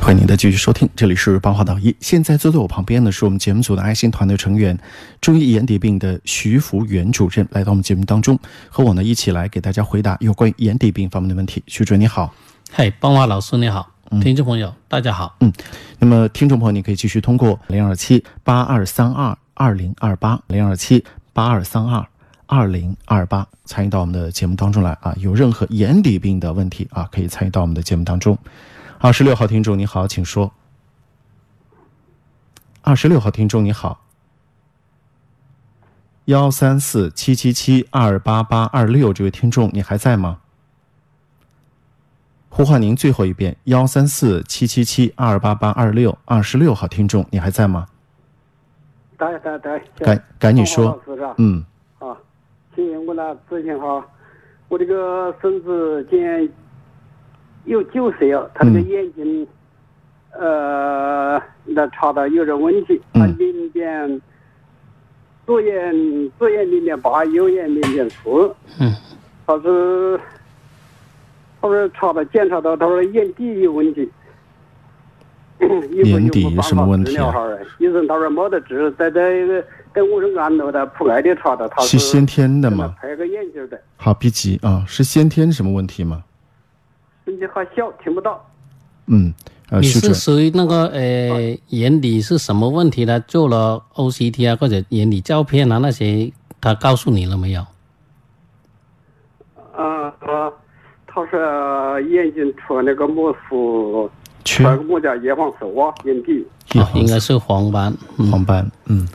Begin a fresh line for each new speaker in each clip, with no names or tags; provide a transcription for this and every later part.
欢迎您的继续收听，这里是八卦导医。现在坐在我旁边的是我们节目组的爱心团队成员、中医眼底病的徐福元主任，来到我们节目当中，和我呢一起来给大家回答有关于眼底病方面的问题。徐主任你好，
嗨，邦华老师你好，听众朋友、大家好。
那么听众朋友，你可以继续通过零二七八二三二二零二八零二七八二三二。二零二八参与到我们的节目当中来啊！有任何眼底病的问题啊，可以参与到我们的节目当中。二十六号听众你好，请说。二十六号听众你好，幺三四七七七二八八二六，这位听众你还在吗？呼唤您最后一遍，幺三四七七七二八八二六二十六号听众，你还在吗？
对对对，
赶赶紧
黄
说，
老师是吧？
嗯
啊，今天我来咨询哈，我这个孙子今年有九岁啊，他这个
嗯
眼睛，呃，那查的有点问题，他
嗯
零点左眼左眼零点八，右眼零点四，
嗯，
他是他说查的检查到他说眼底有问题。
眼底什么问题啊
啊？医生他说没得治，在这个在我是安楼的铺盖里查的，他
是先天的
嘛，
吗？
配个眼镜的，
好，别急啊，是先天什么问题吗？
声音还小，听不到。
嗯，呃，
你
徐主
是
任，
属于那个呃眼底是什么问题呢？做了 OCT 啊或者眼底照片啊那些，他告诉你了没有？
啊、呃，他说眼睛出那个模糊，出
缺
那个目叫叶黄素啊，眼底。
叶
哦应
黄
该是黄斑，嗯，
黄斑，嗯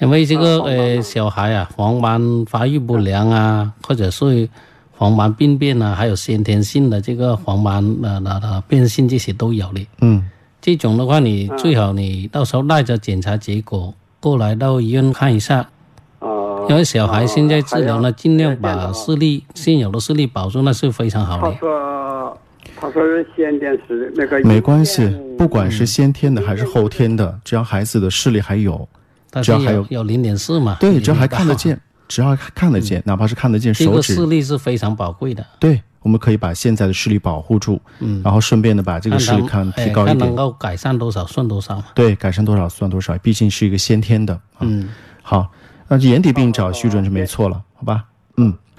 因为这
啊
个
黄斑
呃小孩啊黄斑发育不良啊，或者是黄斑病变啊，还有先天性的这个黄斑呃那那变性这些都有的。
嗯
这种的话，你
嗯
最好你到时候带着检查结果过来到医院看一下，
啊、
因为小孩现在治疗呢，尽量
还
把
有
视力现有的视力保住，那是非常好
他
的。
说，他说是先天是那个。
没关系，不管是先天的还是后天的，只要孩子的视力还有，
但
只
是
要还有
有有零点四嘛，
对，
0.8
只要还看得，见，只要还看得见，哪怕是看得见
嗯这
手
个视
指，
力是非常宝贵的。
对，我们可以把现在的视力保护住，嗯，然后顺便的把这个视力
他
看
们哎
提高一
看能
点，
够改善多少算多少嘛。
对，改善多少算多少，毕竟是一个先天的。啊
嗯，
好，那眼底病找徐主任就没错了，好吧？嗯，